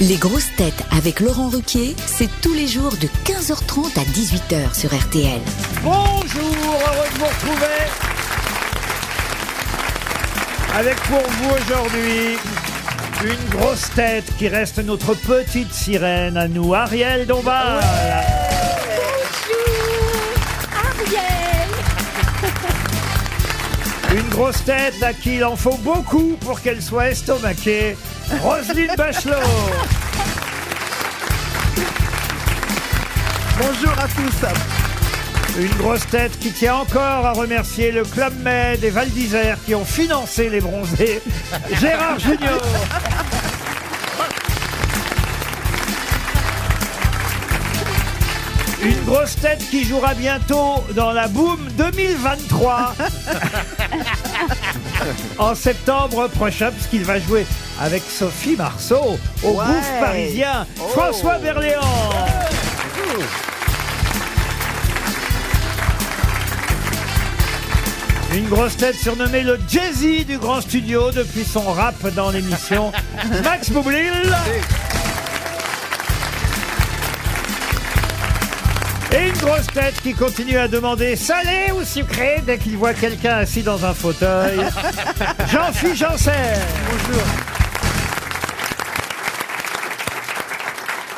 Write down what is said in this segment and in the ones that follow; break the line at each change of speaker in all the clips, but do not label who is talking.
Les grosses têtes avec Laurent Ruquier, c'est tous les jours de 15h30 à 18h sur RTL.
Bonjour, heureux de vous retrouver. Avec pour vous aujourd'hui une grosse tête qui reste notre petite sirène à nous, Ariel Dombal. Une grosse tête à qui il en faut beaucoup pour qu'elle soit estomaquée, Roselyne Bachelot. Bonjour à tous. Une grosse tête qui tient encore à remercier le Club Med et Val d'Isère qui ont financé les bronzés, Gérard Junior. Une grosse tête qui jouera bientôt dans la Boom 2023 en septembre prochain, puisqu'il va jouer avec Sophie Marceau au
Ouais.
Bouffe Parisien,
Oh.
François Berléand. Une grosse tête surnommée le Jay-Z du grand studio depuis son rap dans l'émission Max Boublil. Et une grosse tête qui continue à demander salé ou sucré dès qu'il voit quelqu'un assis dans un fauteuil. Jean-Philippe Janssen. Bonjour.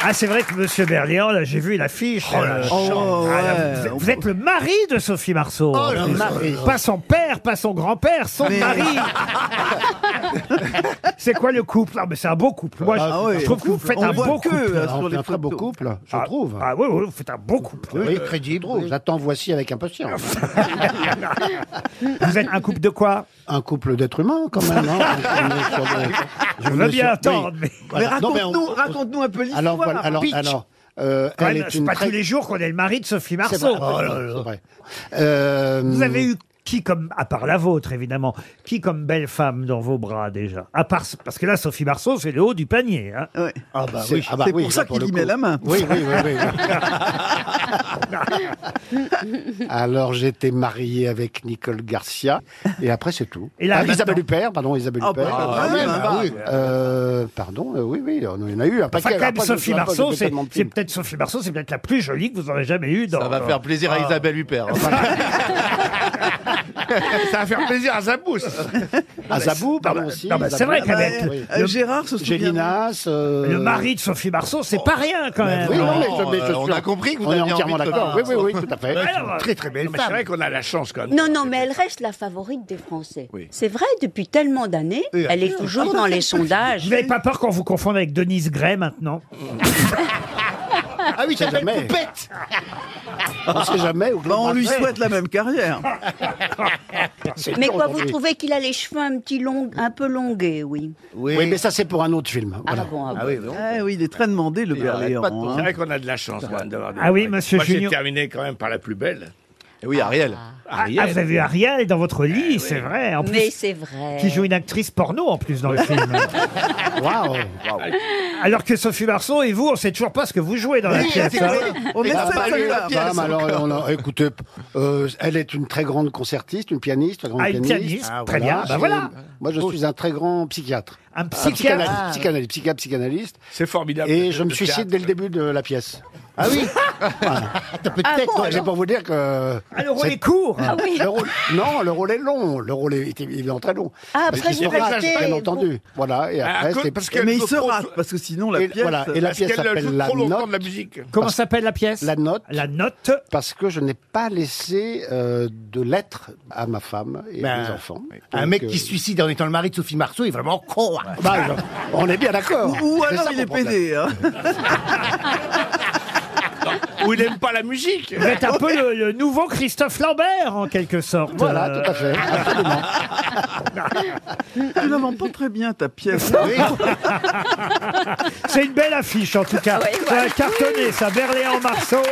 Ah, c'est vrai que Monsieur Berlian, là, j'ai vu l'affiche.
Oh, la Oh, chance.
Ah, là,
Ouais.
vous, vous êtes le mari de Sophie Marceau.
Oh,
En
le
plus.
mari.
Pas son père, pas son grand-père, son
Mais-
mari. c'est quoi le couple Ah, mais c'est un beau couple. Moi, je,
Ah oui,
je trouve que vous
couple.
faites
On
un
voit
beau
que,
couple.
euh, Ah, sur on fait les un très photos. beau couple, je
Ah,
trouve.
Ah oui, oui, vous faites un beau couple.
Oui, crédible. J'attends voici avec impatience.
Vous êtes un couple de quoi
Un couple d'êtres humains, quand même. hein. On est sur des-
Je
on
veux
est
bien
sur-
attendre,
oui.
mais-
Voilà. Non, mais on- on-
raconte-nous un peu l'histoire.
Alors, voilà, alors,
Pitch.
alors, euh,
Quand
elle
même,
est
c'est
une
pas
très-
tous les jours qu'on est le mari de Sophie
C'est
Marceau.
vrai, Oh c'est vrai. Euh,
Vous avez eu qui comme, à part la vôtre évidemment, qui comme belle femme dans vos bras déjà À part, parce que là, Sophie Marceau, c'est le haut du panier. hein.
Ouais.
Ah bah
C'est-
oui, ah bah
c'est
oui,
pour
là,
ça qu'il
le
y
coup.
met la main.
Oui, oui, oui. oui. Alors j'étais marié avec Nicole Garcia et après c'est tout.
Et là,
Ah,
maintenant-
Isabelle Huppert, pardon, Isabelle
Ah, bah,
Huppert.
bah, quand même,
ah,
hein.
oui. Euh, pardon, euh, oui, oui, on- il y en a eu un
Enfin,
paquet.
quand même,
Après, je me
Sophie
souviens pas,
Marceau,
j'ai fait
c'est
tellement de
c'est
films.
peut-être Sophie Marceau, c'est peut-être la plus jolie que vous aurez jamais eue dans.
Ça va
dans-
faire plaisir à
Ah.
Isabelle Huppert. hein.
Ça va faire plaisir à Zabous.
Ah, Zabou, pardon aussi.
non, mais c'est vrai qu'elle
Isabelle,
est-
oui.
Euh, Gérard se souvient.
Gélinas. euh, Bah
Le mari de Sophie Marceau, c'est pas rien quand même.
Oui, non, mais
Non,
je- mais je
euh,
suis-
on a compris que vous
on est
aviez
entièrement
envie de
d'accord. Oui,
Sophie
oui, oui, tout à fait.
Alors,
Très très belle
mais
femme. C'est vrai qu'on a la chance quand même.
Non, non, mais elle reste la favorite des Français.
Oui.
C'est vrai, depuis tellement d'années, elle est toujours dans les sondages.
Vous n'avez pas peur qu'on vous confonde avec Denise Gray maintenant
Ah oui, c'est jamais. On sait jamais. au
Bah, on
Globe
lui
Mail.
souhaite la même
Ah
carrière.
C'est
Mais
dur
quoi, vous
aujourd'hui.
trouvez qu'il a les cheveux un petit long, un peu longués, oui.
Oui, mais ça c'est pour un autre film.
Ah
Voilà.
bon, ah bon.
Ah oui, non. Ah,
Ah oui, il est très demandé, le Berléand.
arrête pas de
hein.
C'est vrai qu'on a de la chance. quand même, d'avoir des
Ah oui,
mariés.
monsieur
Moi, j'ai
Junior.
terminé quand même par la plus belle.
Et Eh oui, Ariel.
Ah, vous
Ariel.
avez vu Ariel dans votre
Eh
lit, c'est vrai. En
Mais
plus,
c'est vrai.
qui joue une actrice porno en plus dans le film.
Waouh.
Ah,
Alors que Sophie Marceau et vous, on sait toujours pas ce que vous jouez dans la pièce. hein.
On
Et
essaie
t'as
de
pas lu
savoir.
la pièce
Femme, Ah, bah, alors, on a- écoutez, euh, elle est une très grande concertiste, une pianiste, très grande
Ah, une
pianiste.
pianiste, très bien, bah
Et
voilà.
Moi, je suis un très grand psychiatre.
Un
Un
psychiatre. Ah.
Psychanalyste, psychanalyste, psychiatre, psychanalyste.
C'est formidable.
Et je me
Le
suicide
théâtre.
dès le début de la pièce. Ah oui
Ah bon,
C'est
alors
pour vous dire que.
Ah, le rôle
c'est-
est court.
Le rôle- non, le rôle est long. Le rôle est est évidemment très long.
Ah,
Parce
après,
qu'il
vous
se rase,
restez-
Bien entendu. Voilà. Et
Ah,
après,
co-
c'est
parce qu'elle
Mais il
joue
se
trop-
rate, parce que sinon, la
et,
pièce...
voilà, et la
parce
pièce
qu'elle joue
s'appelle La
trop longtemps
Note.
de la musique.
Comment s'appelle la pièce
La Note.
La note.
parce que je n'ai pas laissé euh, de lettres à ma femme et
Ben,
à mes enfants.
Un
Donc,
mec
euh,
qui se suicide en étant le mari de Sophie Marceau est vraiment con. hein.
bah, je- on est bien d'accord.
Ou
C'est
alors,
ça
il
mon
est
problème.
pédé. hein.
Bah, Ou il aime pas la musique.
Vous êtes un peu le, le nouveau Christophe Lambert, en quelque sorte.
Voilà,
Euh,
tout à fait. Ah, Absolument.
Tu la vends pas très bien, ta pièce. hein,
C'est une belle affiche, en tout cas.
Ouais,
Ça a cartonné, ça, Berléand-Marceau.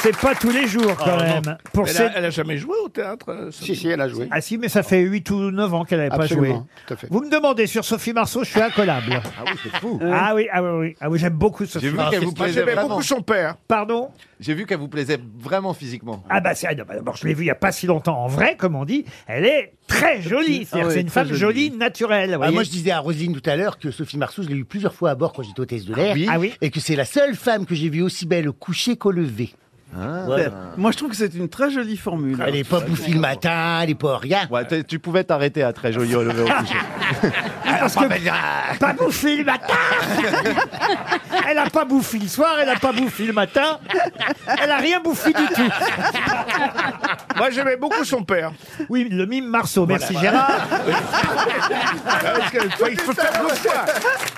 C'est pas tous les jours quand même. Pour
elle,
ces-
a, elle a jamais joué au théâtre euh,
Si, si, elle a joué.
Ah si, mais ça fait 8 ou 9 ans qu'elle n'avait pas joué.
Absolument, tout à fait.
Vous me demandez sur Sophie Marceau, je suis incollable.
Ah oui, c'est fou.
ah oui, ah oui, oui. Ah oui, j'aime beaucoup Sophie
J'ai vu
Marceau.
qu'elle vous
Moi,
plaisait
j'aimais
vraiment.
beaucoup son père.
Pardon
J'ai vu qu'elle vous plaisait vraiment physiquement.
Ah bah c'est ah, d'abord je l'ai vue il y a pas si longtemps en vrai comme on dit, elle est très jolie, C'est-à-dire
Ah
que
oui,
c'est une
très
femme jolie,
jolie.
naturelle. vous
Ah, moi,
voyez.
je disais à Roselyne tout à l'heure que Sophie Marceau, je l'ai eu plusieurs fois à bord quand j'étais hôtesse de l'air.
Ah oui
Et que c'est la seule femme que j'ai vue aussi belle au coucher qu'au lever.
Moi, je trouve que c'est une très jolie formule.
Elle est pas bouffie le matin, elle est pas rien.
Ouais, t'es- tu pouvais t'arrêter à très joli au lever au coucher.
Ah, parce que pas bouffi le matin. elle a pas bouffi le soir, elle a pas bouffi le matin. Elle a rien bouffi du tout.
Moi, j'aimais
Ah.
beaucoup son père.
Oui, le mime Marceau, merci Gérard.
Parce que, faut- il faut faire le choix.